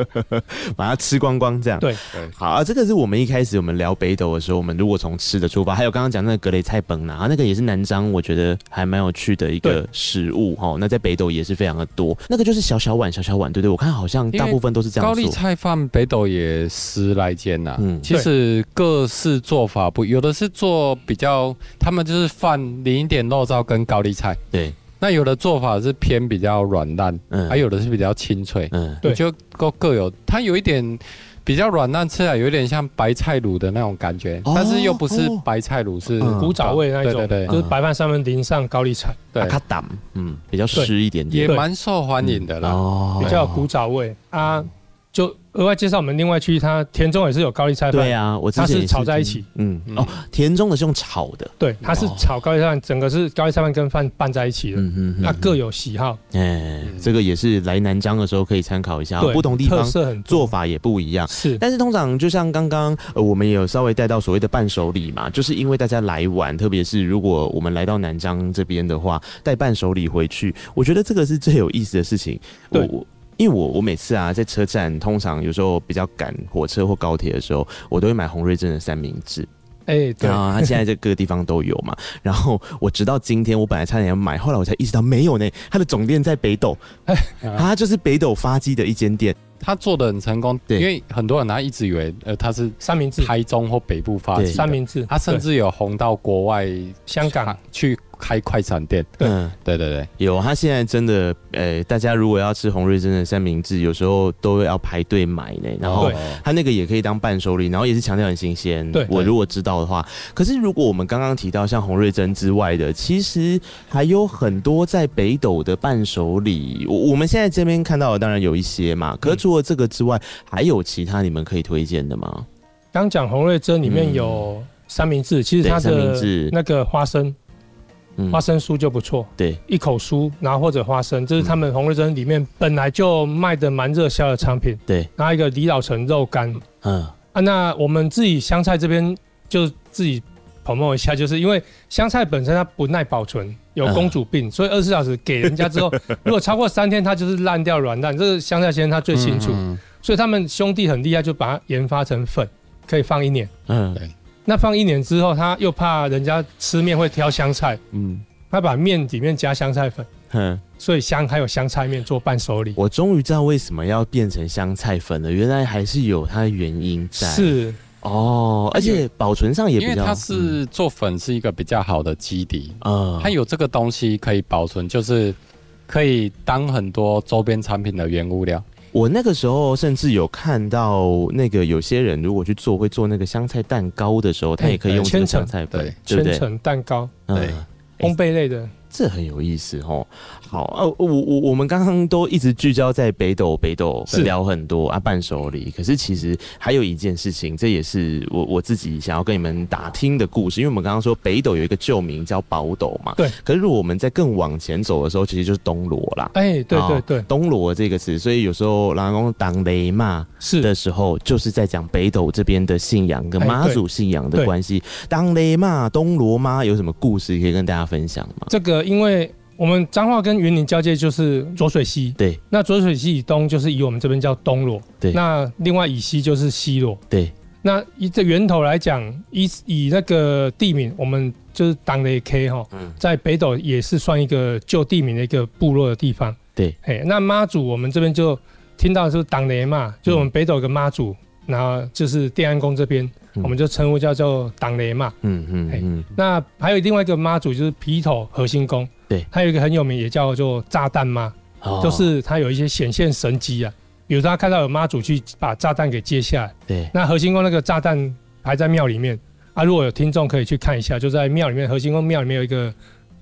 Speaker 1: 把它吃光光这样。
Speaker 2: 对
Speaker 3: 对
Speaker 1: 好啊，这个是我们一开始我们聊北斗的时候，我们如果从吃的出发，还有刚刚讲那个格雷菜本啊，那个也是南章，我觉得还蛮有趣的一个食物哦。那在北斗也是非常的多，那个就是小小碗小小碗，对不对，我看好像大部分都是这
Speaker 3: 高
Speaker 1: 样做
Speaker 3: 丽。菜饭北斗也十来间呐、
Speaker 1: 嗯
Speaker 3: 其实各式做法不，有的是做比较，他们就是饭淋一点肉燥跟高丽菜，
Speaker 1: 对，
Speaker 3: 那有的做法是偏比较软烂，
Speaker 1: 嗯，
Speaker 3: 还有的是比较清脆，
Speaker 1: 嗯，
Speaker 2: 对
Speaker 3: 我觉得各各有，它有一点比较软烂，吃起来有一点像白菜卤的那种感觉，
Speaker 1: 哦
Speaker 3: 但是又不是白菜卤，是
Speaker 1: 嗯
Speaker 2: 古早味那一种，
Speaker 3: 对对
Speaker 2: 就
Speaker 3: 对
Speaker 2: 是白饭上面淋上高丽菜，
Speaker 1: 阿
Speaker 3: 对，
Speaker 1: 卡达，嗯，比较湿一点
Speaker 3: 也
Speaker 1: 点，
Speaker 3: 蛮受欢迎的啦。
Speaker 1: 哦
Speaker 2: 比较有古早味啊。就额外介绍我们另外区，它田中也是有高丽菜饭，
Speaker 1: 对啊，我之
Speaker 2: 它
Speaker 1: 前
Speaker 2: 是
Speaker 1: 也
Speaker 2: 炒在一
Speaker 1: 听
Speaker 2: 起，
Speaker 1: 嗯，
Speaker 3: 嗯
Speaker 1: 哦，田中的是用炒的，
Speaker 2: 对，它是炒高丽菜饭，整个是高丽菜饭跟饭拌在一起的，
Speaker 1: 哦嗯嗯嗯，
Speaker 2: 它啊各有喜好，
Speaker 1: 哎、
Speaker 3: 嗯
Speaker 1: 这个也是来南疆的时候可以参考一下，
Speaker 2: 对，
Speaker 1: 啊不同地
Speaker 2: 特
Speaker 1: 方
Speaker 2: 色很多
Speaker 1: 做法也不一样。
Speaker 2: 是
Speaker 1: 但是通常就像刚刚呃，我们也有稍微带到所谓的伴手礼嘛，就是因为大家来玩，特别是如果我们来到南疆这边的话，带伴手礼回去，我觉得这个是最有意思的事情。我
Speaker 2: 对
Speaker 1: 我因为我我每次啊在车站，通常有时候比较赶火车或高铁的时候，我都会买洪瑞镇的三明治。
Speaker 2: 哎、对，
Speaker 1: 然后它现在在各个地方都有嘛。然后我直到今天，我本来差点要买，后来我才意识到没有呢，它的总店在北 斗，
Speaker 2: 啊
Speaker 1: 它就是北斗发迹的一间店。
Speaker 3: 他做的很成功，
Speaker 1: 对
Speaker 3: 因为很多人他一直以为呃他是
Speaker 2: 三明治，
Speaker 3: 台中或北部发
Speaker 1: 对
Speaker 3: 起
Speaker 2: 三
Speaker 3: 的，
Speaker 2: 明治，
Speaker 3: 他甚至有红到国外
Speaker 2: 香港
Speaker 3: 啊去开快餐店。
Speaker 2: 对
Speaker 1: 嗯，
Speaker 3: 对对对，
Speaker 1: 有，它现在真的，呃，大家如果要吃洪瑞珍的三明治，有时候都要排队买
Speaker 3: 哦
Speaker 1: 呢。然后
Speaker 2: 对
Speaker 1: 它那个也可以当伴手礼，然后也是强调很新鲜。
Speaker 2: 对
Speaker 1: 我
Speaker 3: 对
Speaker 1: 如果知道的话，可是如果我们刚刚提到像洪瑞珍之外的，其实还有很多在北斗的伴手礼。我我们现在这边看到的当然有一些嘛，可是除了这个之外，还有其他你们可以推荐的吗？
Speaker 2: 刚讲红瑞珍里面
Speaker 1: 嗯
Speaker 2: 有三明治，其实它
Speaker 1: 对三明治
Speaker 2: 的那个花生
Speaker 1: 嗯
Speaker 2: 花，生酥就不错，
Speaker 1: 对，嗯
Speaker 2: 一口酥，然后或者花生，这是他们红瑞珍里面本来就卖的蛮热销的产品。
Speaker 1: 对，
Speaker 2: 然后一个李老成肉干
Speaker 1: 嗯，
Speaker 2: 啊，那我们自己香菜这边就自己 promo 一下，就是因为香菜本身它不耐保存，有公主
Speaker 1: 嗯
Speaker 2: 病，所以二十四小时给人家之后， 如果超过三天，它就是烂掉软烂。这是香菜先生他最清楚，
Speaker 3: 嗯
Speaker 2: 所以他们兄弟很厉害，就把它研发成粉，可以放一年。
Speaker 1: 嗯，
Speaker 3: 对
Speaker 2: 那放一年之后，他又怕人家吃面会挑香菜，
Speaker 3: 嗯，
Speaker 2: 他把面里面加香菜粉，
Speaker 1: 嗯，
Speaker 2: 所以香还有香菜面做伴手礼。
Speaker 1: 我终于知道为什么要变成香菜粉了，原来还是有它的原因在。
Speaker 2: 是，
Speaker 1: 哦，而且保存上也
Speaker 3: 因
Speaker 1: 比
Speaker 3: 为
Speaker 1: 较，
Speaker 3: 它是做粉是一个比较好的基底，
Speaker 1: 嗯，
Speaker 3: 它有这个东西可以保存，就是可以当很多周边产品的原物料。
Speaker 1: 我那个时候甚至有看到那个有些人如果去做会做那个香菜蛋糕的时候，
Speaker 3: 哎
Speaker 1: 他也可以用这个香菜粉，对不
Speaker 2: 千
Speaker 1: 对？
Speaker 2: 层蛋糕、
Speaker 3: 对
Speaker 1: 嗯，
Speaker 2: 烘焙类的，
Speaker 1: 这很有意思哦。好，呃，我我我们刚刚都一直聚焦在北斗北斗
Speaker 2: 是
Speaker 1: 聊很多啊伴手礼，可是其实还有一件事情，这也是我我自己想要跟你们打听的故事，因为我们刚刚说北斗有一个旧名叫宝斗嘛，
Speaker 2: 对。
Speaker 1: 可是如果我们在更往前走的时候，其实就是东罗啦。
Speaker 2: 哎、对
Speaker 1: 哦
Speaker 2: 对对，
Speaker 1: 东罗这个词，所以有时候老公当雷嘛的
Speaker 2: 是
Speaker 1: 时候，就是在讲北斗这边的信仰跟
Speaker 2: 哎
Speaker 1: 妈祖信仰的
Speaker 2: 对
Speaker 1: 关系。当雷嘛，东罗妈有什么故事可以跟大家分享吗？
Speaker 2: 这个，因为我们彰化跟云林交界就是浊水溪，
Speaker 1: 对
Speaker 2: 那浊水溪以东就是以我们这边叫东罗，
Speaker 1: 对
Speaker 2: 那另外以西就是西罗，
Speaker 1: 对，
Speaker 2: 那以这源头来讲，以以那个地名，我们就是党的 K 哈，
Speaker 1: 嗯
Speaker 2: 在北斗也是算一个旧地名的一个部落的地方。
Speaker 1: 对，
Speaker 2: 哎，那妈祖我们这边就听到就是党雷嘛，就是我们北斗有个妈祖，然后就是电安宫这边，
Speaker 1: 嗯
Speaker 2: 我们就称呼叫做党雷嘛。
Speaker 1: 嗯嗯
Speaker 2: 哎
Speaker 1: 嗯，
Speaker 2: 那还有另外一个妈祖就是皮头核心宫，
Speaker 1: 对
Speaker 2: 还有一个很有名也叫做炸弹妈，
Speaker 1: 哦
Speaker 2: 就是它有一些显现神迹啊，比如说他看到有妈祖去把炸弹给接下来。
Speaker 1: 对
Speaker 2: 那核心宫那个炸弹还在庙里面啊，如果有听众可以去看一下，就在庙里面，核心宫庙里面有一个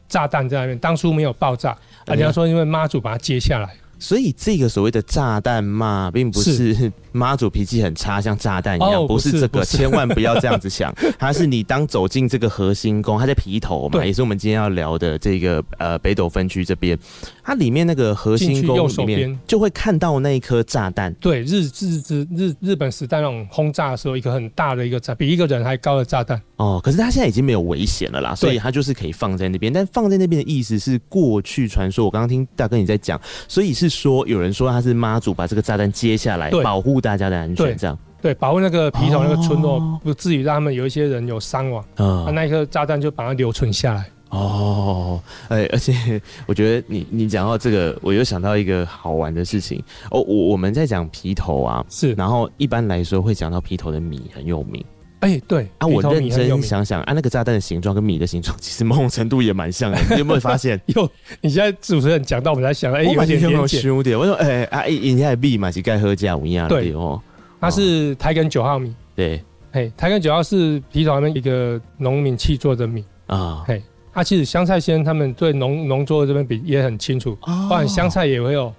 Speaker 2: 炸弹在那边，当初没有爆炸，啊，
Speaker 1: 嗯
Speaker 2: 人家说因为妈祖把它接下来，
Speaker 1: 所以这个所谓的炸弹嘛，并不是 妈祖脾气很差，像炸弹一样，
Speaker 2: 哦
Speaker 1: 不是
Speaker 2: 不是
Speaker 1: 这个，
Speaker 2: 不是
Speaker 1: 千万不要这样子 想。它是你当走进这个核心宫，它在皮头嘛，
Speaker 2: 对
Speaker 1: 也是我们今天要聊的这个呃北斗分区这边，它里面那个核心宫
Speaker 2: 进去右
Speaker 1: 里
Speaker 2: 手
Speaker 1: 面
Speaker 2: 边
Speaker 1: 就会看到那一颗炸弹。
Speaker 2: 对，日日日日日本时代那种轰炸的时候，一个很大的一个炸，比一个人还高的炸弹，
Speaker 1: 哦，可是它现在已经没有危险了啦，所以它就是可以放在那边。但放在那边的意思是，过去传说，我刚刚听大哥你在讲，所以是说有人说他是妈祖把这个炸弹接下来，
Speaker 2: 对
Speaker 1: 保护大家的安
Speaker 2: 对
Speaker 1: 全，这样。
Speaker 2: 对，保护那个皮头那个村落，
Speaker 1: 哦
Speaker 2: 不至于让他们有一些人有伤亡，
Speaker 1: 嗯
Speaker 2: 啊，那一颗炸弹就把它留存下来，
Speaker 1: 哦，哎、 而且我觉得你你讲到这个，我又想到一个好玩的事情哦。我我们在讲皮头啊，
Speaker 2: 是，
Speaker 1: 然后一般来说会讲到皮头的米很有名
Speaker 2: 哎、对，
Speaker 1: 啊。
Speaker 2: 皮
Speaker 1: 我
Speaker 2: 头
Speaker 1: 认
Speaker 2: 米很有
Speaker 1: 真
Speaker 2: 名
Speaker 1: 想想啊，那个炸弹的形状跟米的形状其实某种程度也蛮 像的，你有没有发现？
Speaker 2: 哟，你现在主持人讲到我们才想，哎、
Speaker 1: 我
Speaker 2: 有点
Speaker 1: 有没有
Speaker 2: 连结，
Speaker 1: 兄弟？我说哎、啊，人家的米嘛是该喝加一样的
Speaker 2: 对
Speaker 1: 哦，
Speaker 2: 它是台梗九号米。
Speaker 1: 对
Speaker 2: 嘿，台根主要是皮头那边一个农民去做的米，
Speaker 1: 啊
Speaker 2: 嘿啊，其实香菜先生他们对农农作这边比也很清楚，
Speaker 1: 啊
Speaker 2: 包含香菜也会有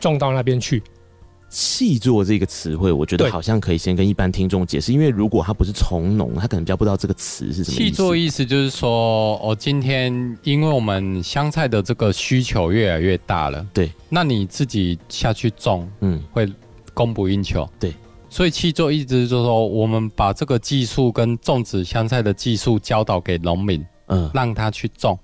Speaker 2: 种到那边去，
Speaker 1: 气作这个词汇，我觉得
Speaker 2: 对
Speaker 1: 好像可以先跟一般听众解释，因为如果他不是从农，他可能比较不知道这个词是什么意
Speaker 3: 气
Speaker 1: 思。
Speaker 3: 作意思就是说，哦，今天因为我们香菜的这个需求越来越大了，
Speaker 1: 对，
Speaker 3: 那你自己下去种
Speaker 1: 嗯，
Speaker 3: 会供不应求，
Speaker 1: 对，
Speaker 3: 所以气作意思就是说，我们把这个技术跟种植香菜的技术教导给农民，
Speaker 1: 嗯
Speaker 3: 让他去种。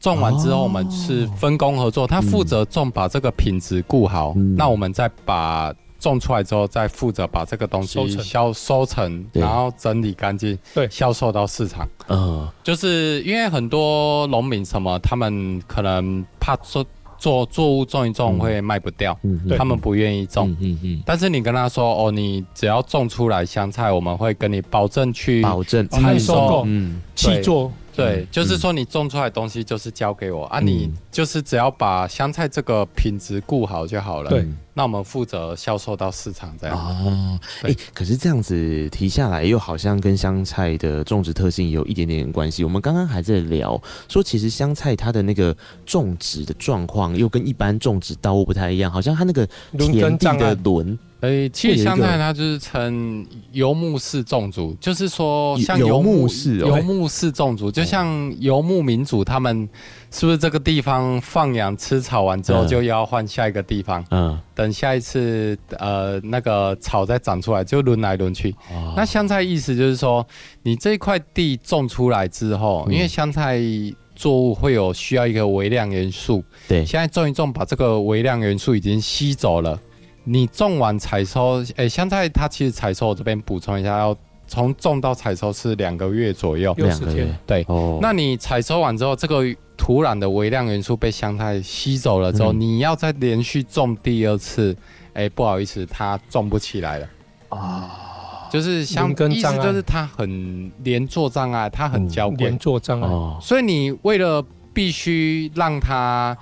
Speaker 3: 种完之
Speaker 1: 哦
Speaker 3: 后，我们是分工合作，他负责种，把这个品质顾好
Speaker 1: 嗯，
Speaker 3: 那我们再把种出来之后，再负责把这个东
Speaker 2: 收
Speaker 3: 西
Speaker 2: 成
Speaker 3: 销收成，
Speaker 1: 对
Speaker 3: 然后整理干净，
Speaker 2: 对
Speaker 3: 销售到市场。
Speaker 1: 嗯，
Speaker 3: 就是因为很多农民什么，他们可能怕做做作物种一种
Speaker 1: 嗯
Speaker 3: 会卖不掉，
Speaker 1: 嗯
Speaker 3: 他们不愿意种。
Speaker 1: 嗯嗯嗯，
Speaker 3: 但是你跟他说哦，你只要种出来香菜，我们会跟你保证去
Speaker 1: 保证
Speaker 2: 哦还有收购
Speaker 1: 嗯，
Speaker 2: 气作
Speaker 3: 对
Speaker 1: 嗯，
Speaker 3: 就是说你种出来的东西就是交给我啊，
Speaker 1: 嗯
Speaker 3: 你就是只要把香菜这个品质顾好就好了。
Speaker 2: 对
Speaker 1: 嗯
Speaker 3: 那我们负责销售到市场这样。
Speaker 1: 哦，哎、
Speaker 3: 对
Speaker 1: 可是这样子提下来，又好像跟香菜的种植特性有一点点关系。我们刚刚还在聊说，其实香菜它的那个种植的状况又跟一般种植稻物不太一样，好像它那个
Speaker 2: 轮
Speaker 1: 田
Speaker 2: 耕
Speaker 1: 地
Speaker 2: 障
Speaker 1: 的
Speaker 2: 碍，
Speaker 3: 啊
Speaker 1: 轮
Speaker 3: 所以其
Speaker 1: 有
Speaker 3: 实
Speaker 1: 一个
Speaker 3: 香菜它就是称游牧式种族，就是说哦像
Speaker 1: 游
Speaker 3: 游
Speaker 1: 牧
Speaker 3: 牧
Speaker 1: 式哦
Speaker 3: 游牧式种族，就像游牧民族他们是不是这个地方放羊吃草完之后
Speaker 1: 嗯
Speaker 3: 就要换下一个地方，
Speaker 1: 嗯，
Speaker 3: 等下一次呃那个草再长出来就轮来轮去。
Speaker 1: 哦
Speaker 3: 那香菜意思就是说，你这一块地种出来之后，
Speaker 1: 嗯
Speaker 3: 因为香菜作物会有需要一个微量元素，
Speaker 1: 对
Speaker 3: 现在种一种把这个微量元素已经吸走了，你种完采收，诶、香菜它其实采收我这边补充一下，要从种到采收是两个月左右。
Speaker 2: 六
Speaker 1: 两
Speaker 2: 十
Speaker 1: 个
Speaker 2: 天
Speaker 1: 月，
Speaker 3: 对
Speaker 1: 哦，
Speaker 3: 那你采收完之后，这个土壤的微量元素被香菜吸走了之后，
Speaker 1: 嗯
Speaker 3: 你要再连续种第二次，哎、不好意思，它种不起来了。啊，就是香
Speaker 2: 连，根
Speaker 3: 意
Speaker 2: 障
Speaker 3: 思
Speaker 2: 碍
Speaker 3: 就是它很连坐障碍，它
Speaker 1: 嗯
Speaker 3: 很娇贵，
Speaker 2: 连作障碍，
Speaker 1: 哦，
Speaker 3: 所以你为了必须让它。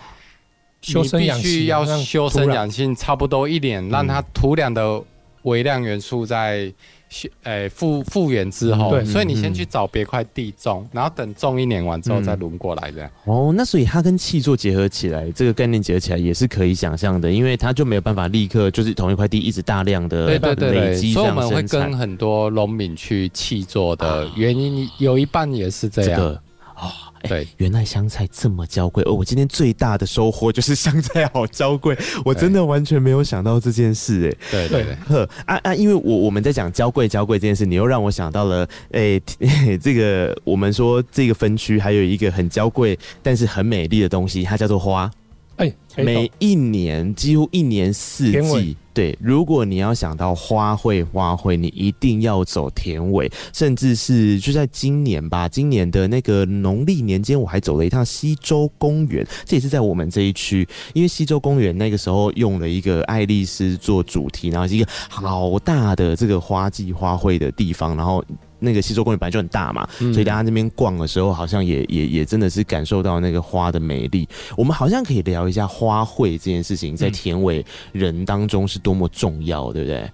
Speaker 2: 修身养
Speaker 3: 你
Speaker 2: 性
Speaker 3: 必须要
Speaker 2: 让
Speaker 3: 修
Speaker 2: 土
Speaker 3: 身
Speaker 2: 壤
Speaker 3: 养性，差不多一年，让它土壤的微量元素在修，诶复复原之后，
Speaker 2: 对
Speaker 3: 所以你先
Speaker 1: 嗯
Speaker 3: 去找别块地种，然后等种一年完之后
Speaker 1: 嗯
Speaker 3: 再轮过来这样。
Speaker 1: 哦，那所以它跟气作结合起来，这个概念结合起来也是可以想象的，因为它就没有办法立刻就是同一块地一直大量的
Speaker 3: 对对对
Speaker 1: 累积这
Speaker 3: 对，所以我
Speaker 1: 样
Speaker 3: 们会
Speaker 1: 生产
Speaker 3: 跟很多农民去契作的
Speaker 1: 啊
Speaker 3: 原因，有一半也是这
Speaker 1: 这
Speaker 3: 样。
Speaker 1: 个。哦，哎
Speaker 3: 对
Speaker 1: 原来香菜这么娇贵哦！我今天最大的收获就是香菜好娇贵，我真的完全没有想到这件事哎。
Speaker 3: 对对对，
Speaker 1: 呵啊啊！因为我我们在讲娇贵娇贵这件事，你又让我想到了，哎、 这个我们说这个分区还有一个很娇贵但是很美丽的东西，它叫做花。
Speaker 2: 哎，没
Speaker 1: 每一年几乎一年四
Speaker 2: 田
Speaker 1: 季
Speaker 2: 尾，
Speaker 1: 对，如果你要想到花卉花卉，你一定要走田尾，甚至是就在今年吧，今年的那个农历年间，我还走了一趟西洲公园，这也是在我们这一区，因为西洲公园那个时候用了一个爱丽丝做主题，然后是一个好大的这个花季花卉的地方，然后。那个西洲公园本来就很大嘛，
Speaker 3: 嗯
Speaker 1: 所以大家那边逛的时候，好像也也也真的是感受到那个花的美丽。我们好像可以聊一下花卉这件事情，在田尾人当中是多么重要，对不对？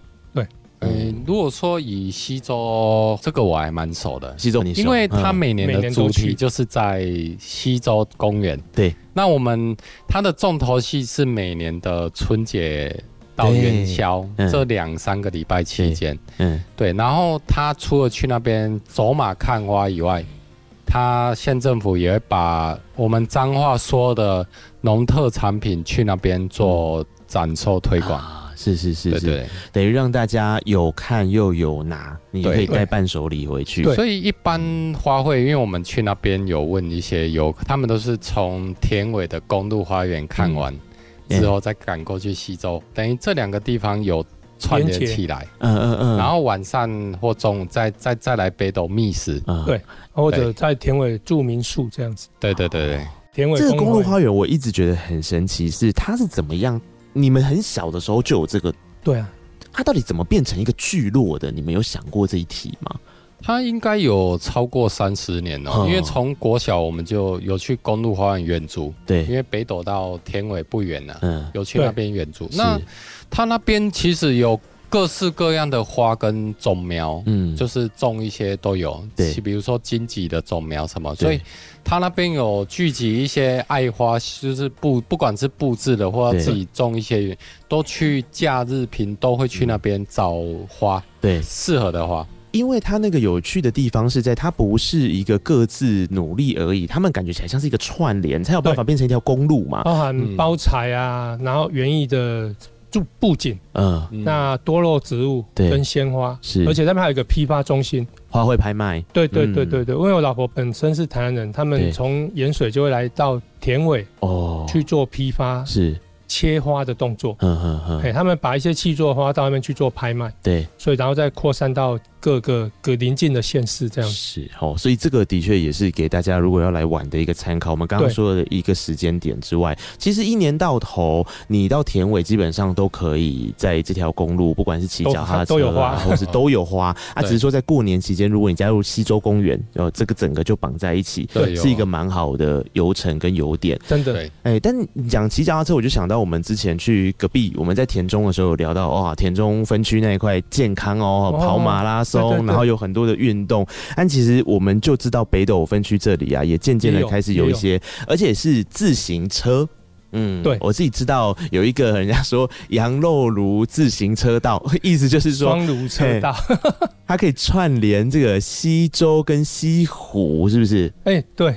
Speaker 3: 嗯，如果说以西周这个我还蛮熟的，
Speaker 1: 西周你说
Speaker 3: 因为它
Speaker 1: 嗯
Speaker 3: 每年
Speaker 2: 每
Speaker 3: 的
Speaker 2: 年
Speaker 3: 主
Speaker 2: 都去
Speaker 3: 题就是在西周公园。
Speaker 1: 对，
Speaker 3: 那我们它的重头戏是每年的春节到
Speaker 1: 对
Speaker 3: 元宵
Speaker 1: 嗯
Speaker 3: 这两三个礼拜期间。
Speaker 1: 嗯
Speaker 3: 对，然后他除了去那边走马看花以外，他县政府也会把我们彰化说的农特产品去那边做展售推广。
Speaker 1: 啊，是是是
Speaker 3: 对
Speaker 1: 是，
Speaker 3: 对，
Speaker 1: 等于让大家有看又有拿，你可以
Speaker 3: 对
Speaker 1: 带伴手礼回去。
Speaker 3: 所以一般花卉，因为我们去那边有问一些游客，他们都是从田尾的公路花园看完、
Speaker 1: 嗯
Speaker 3: 之后，再赶过去西周，等于这两个地方有串
Speaker 2: 连
Speaker 3: 联
Speaker 2: 结
Speaker 3: 起来，
Speaker 1: 嗯嗯嗯，
Speaker 3: 然后晚上或中午再再再来北斗觅食。
Speaker 1: 嗯
Speaker 2: 对或者在田尾住民宿这样子，
Speaker 3: 对对对对。
Speaker 2: 田尾
Speaker 1: 这个公路
Speaker 2: 园
Speaker 1: 花园我一直觉得很神奇，是它是怎么样？你们很小的时候就有这个，
Speaker 2: 对啊，
Speaker 1: 它到底怎么变成一个聚落的？你们有想过这一题吗？
Speaker 3: 它应该有超过三十年了、
Speaker 1: 哦
Speaker 3: 因为从国小我们就有去公路花园远足，因
Speaker 1: 对，
Speaker 3: 为北斗到田尾不远了、啊
Speaker 1: 嗯，
Speaker 3: 有去
Speaker 2: 对
Speaker 3: 那边远足。
Speaker 1: 是
Speaker 3: 那它那边其实有各式各样的花跟种苗，
Speaker 1: 嗯
Speaker 3: 就是种一些都有，
Speaker 1: 对
Speaker 3: 其比如说荆棘的种苗什么，
Speaker 1: 对
Speaker 3: 所以它那边有聚集一些爱花，就是布不管是布置的或者
Speaker 1: 对
Speaker 3: 自己种一些，都去假日平都会去那边找花，
Speaker 1: 对，
Speaker 3: 适合的花。
Speaker 1: 因为它那个有趣的地方是在它不是一个各自努力而已，他们感觉起来像啊是一个串联，才有办法变成一条公路嘛。
Speaker 2: 包含
Speaker 3: 嗯
Speaker 2: 包材啊，然后园艺的布布景，
Speaker 1: 嗯，
Speaker 3: 嗯
Speaker 2: 那多肉植物
Speaker 1: 对
Speaker 2: 跟鲜花，
Speaker 1: 是
Speaker 2: 而且他们还有一个批发中心。
Speaker 1: 花卉拍卖，
Speaker 2: 对对
Speaker 1: 嗯
Speaker 2: 对对对，因为我老婆本身是台南人，他
Speaker 1: 对
Speaker 2: 们从盐水就会来到田尾
Speaker 1: 哦，
Speaker 2: 去做批发
Speaker 1: 是，
Speaker 2: 切花的动作。
Speaker 1: 嗯嗯
Speaker 2: 哎，
Speaker 1: 嗯，
Speaker 2: 他们把一些气作花到那边去做拍卖，
Speaker 1: 对，
Speaker 2: 所以然后再扩散到各个各邻近的县市这样子。
Speaker 1: 是哦，所以这个的确也是给大家如果要来玩的一个参考。我们刚刚
Speaker 2: 对
Speaker 1: 说的一个时间点之外，其实一年到头，你到田尾基本上都可以在这条公路，不管是骑
Speaker 2: 都
Speaker 1: 脚踏车
Speaker 2: 都有
Speaker 1: 啊
Speaker 2: 花
Speaker 1: 或是都有花啊， 只
Speaker 3: 对
Speaker 1: 是说在过年期间，如果你加入西周公园，呃，这个整个就绑在一起，
Speaker 3: 对
Speaker 2: 啊
Speaker 1: 是一
Speaker 3: 有
Speaker 1: 个蛮好的游程跟游点。
Speaker 2: 真的，
Speaker 3: 对
Speaker 1: 哎、但你讲骑脚踏车，我就想到我们之前去隔壁，我们在田中的时候有聊到，哇，田中分区那一块健康哦，
Speaker 2: 哦
Speaker 1: 跑马拉松，
Speaker 2: 对对对
Speaker 1: 然后有很多的运动。但其实我们就知道北斗分区这里啊，也渐渐
Speaker 2: 也
Speaker 1: 的
Speaker 2: 有
Speaker 1: 开始
Speaker 2: 也
Speaker 1: 有一
Speaker 2: 有
Speaker 1: 些，而且是自行车。嗯，
Speaker 2: 对
Speaker 1: 我自己知道有一个人家说羊肉炉自行车道，意思就是说
Speaker 2: 双炉车道。
Speaker 1: 它可以串联这个西周跟西湖，是不是？
Speaker 2: 哎、对，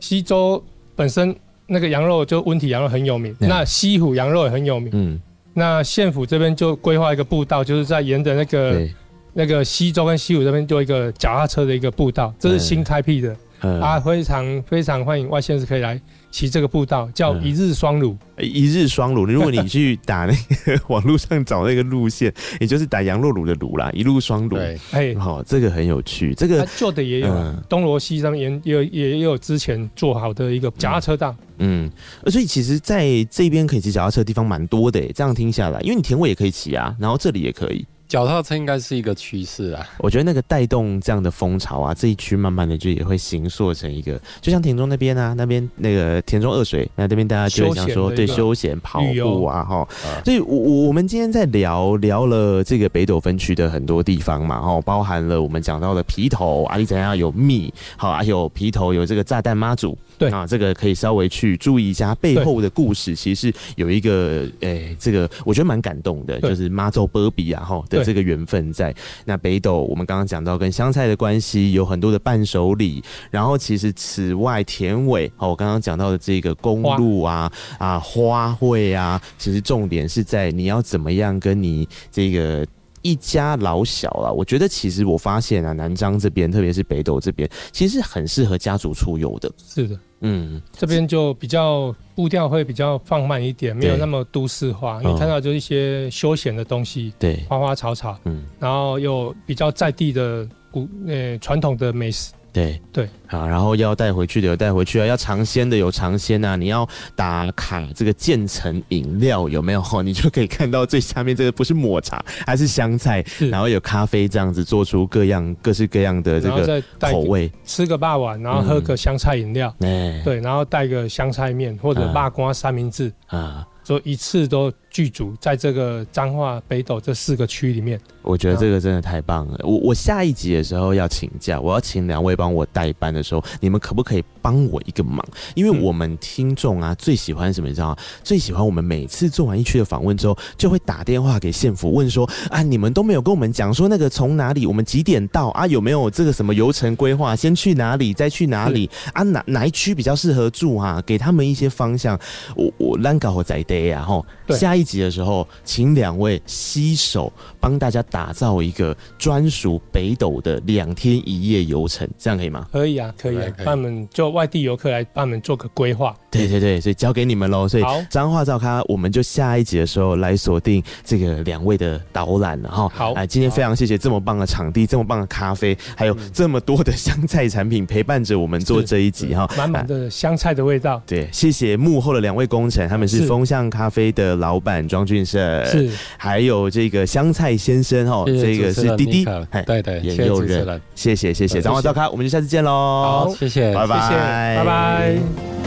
Speaker 2: 西周本身那个羊肉就温体羊肉很有名，
Speaker 1: 嗯
Speaker 2: 那西湖羊肉也很有名。
Speaker 1: 嗯，
Speaker 2: 那县府这边就规划一个步道，就是在沿着那个
Speaker 1: 对，
Speaker 2: 那个西周跟西湖这边做一个脚踏车的一个步道，这是新开辟的、
Speaker 1: 呃
Speaker 2: 啊，非常非常欢迎外县市可以来骑这个步道，叫
Speaker 1: 嗯
Speaker 2: 一日双乳。
Speaker 1: 一日双卤，如果你去打那个网络上找那个路线，也就是打羊肉卤的卤啦，一路双卤。
Speaker 3: 对，
Speaker 2: 哎、
Speaker 1: 好、这个很有趣，这
Speaker 2: 它
Speaker 1: 个
Speaker 2: 旧的也有啊，
Speaker 1: 嗯
Speaker 2: 东罗西上面也有也也有之前做好的一个脚踏车道。
Speaker 1: 嗯，呃所以其实在这边可以骑脚踏车的地方蛮多的耶，这样听下来，因为你田尾也可以骑啊，然后这里也可以，
Speaker 3: 脚踏车应该是一个趋势啊啦。
Speaker 1: 我觉得那个带动这样的风潮啊，这一区慢慢的就也会形塑成一个，就像田中那边啊，那边那个田中二水，那这边大家就会想说
Speaker 2: 休闲的
Speaker 1: 对
Speaker 2: 一个
Speaker 1: 休闲跑
Speaker 2: 旅
Speaker 1: 步
Speaker 2: 游
Speaker 1: 啊，哈
Speaker 3: 啊，
Speaker 1: 所以我我我们今天在聊聊了这个北斗分区的很多地方嘛，哈，包含了我们讲到的皮头，阿里怎样有蜜，好，还有皮头有这个炸弹妈祖，
Speaker 2: 对
Speaker 1: 啊，这个可以稍微去注意一下它背后的故事，其实是有一个诶、这个我觉得蛮感动的，
Speaker 2: 对
Speaker 1: 就是妈祖波比啊哈的
Speaker 2: 对
Speaker 1: 这个缘分在。那北斗，我们刚刚讲到跟香菜的关系，有很多的伴手礼。然后其实此外，田尾哦，我刚刚讲到的这个公路啊啊花卉啊，其实重点是在你要怎么样跟你这个。一家老小啊，我觉得其实我发现啊，南漳这边，特别是北斗这边，其实很适合家族出游的。
Speaker 2: 是的。
Speaker 1: 嗯，
Speaker 2: 这边就比较步调会比较放慢一点，没有
Speaker 1: 对
Speaker 2: 那么都市化。
Speaker 1: 嗯
Speaker 2: 你看到就是一些休闲的东西，
Speaker 1: 对，
Speaker 2: 花花草草，
Speaker 1: 嗯，
Speaker 2: 然后又比较在地的古呃传统的美食。
Speaker 1: 对
Speaker 2: 对
Speaker 1: 啊，然后要带回去的有带回去啊，要尝鲜的有尝鲜啊，你要打卡这个建成饮料有没 有？你就可以看到最下面这个不是抹茶，还是香菜，
Speaker 2: 是
Speaker 1: 然后有咖啡这样子做出各样各式各样的这
Speaker 2: 然后
Speaker 1: 个
Speaker 2: 再带
Speaker 1: 口味，
Speaker 2: 吃个霸碗，然后喝个香菜饮料，
Speaker 1: 哎，
Speaker 2: 对，然后带个香菜面或者
Speaker 1: 嗯
Speaker 2: 霸瓜三明治，
Speaker 1: 啊，
Speaker 2: 就一次都具足在这个彰化北斗这四个区里面。
Speaker 1: 我觉得这个真的太棒了。我我下一集的时候要请假，我要请两位帮我代班的时候，你们可不可以帮我一个忙？因为
Speaker 2: 嗯
Speaker 1: 我们听众啊，最喜欢什么？你知道吗？最喜欢我们每次做完一区的访问之后，就会打电话给县府问说啊，你们都没有跟我们讲说那个从哪里，我们几点到啊？有没有这个什么游程规划？先去哪里，再去哪里
Speaker 2: 嗯
Speaker 1: 啊？哪哪一区比较适合住啊？给他们一些方向。我我烂搞我在呆呀吼！
Speaker 2: 对
Speaker 1: 下一集的时候，请两位携手帮大家打造一个专属北斗的两天一夜游程，这样可以吗？
Speaker 2: 可以啊，可以
Speaker 3: 可以
Speaker 2: 啊
Speaker 3: 可，以
Speaker 2: 帮你们就外地游客来帮你们做个规划。
Speaker 1: 对对对，所以交给你们喽。所以
Speaker 2: 好，
Speaker 1: 彰化照咖，我们就下一集的时候来锁定这个两位的导览了哈。
Speaker 2: 好
Speaker 1: 哎，今天非常谢谢这么棒的场地，这么棒的咖啡，还有这么多的香菜产品陪伴着我们做
Speaker 2: 是
Speaker 1: 这一集哈。
Speaker 2: 满满的香菜的味 道，
Speaker 1: 对，谢谢幕后的两位功臣，他们是
Speaker 2: 是
Speaker 1: 风向咖啡的老板庄俊胜，
Speaker 2: 是
Speaker 1: 还有这个香菜先生哦，
Speaker 3: 谢谢
Speaker 1: 这个
Speaker 3: 主持
Speaker 1: 是
Speaker 3: 人
Speaker 1: 滴滴
Speaker 3: Nick，，
Speaker 1: 哎，
Speaker 3: 对对，
Speaker 1: 也
Speaker 3: 谢谢
Speaker 1: 有
Speaker 3: 主持
Speaker 1: 人
Speaker 3: 人，
Speaker 1: 谢谢谢谢，
Speaker 3: 谢
Speaker 1: 彰化照咖，我们就下次见喽，
Speaker 3: 谢谢，
Speaker 1: 拜
Speaker 2: 谢谢，拜拜。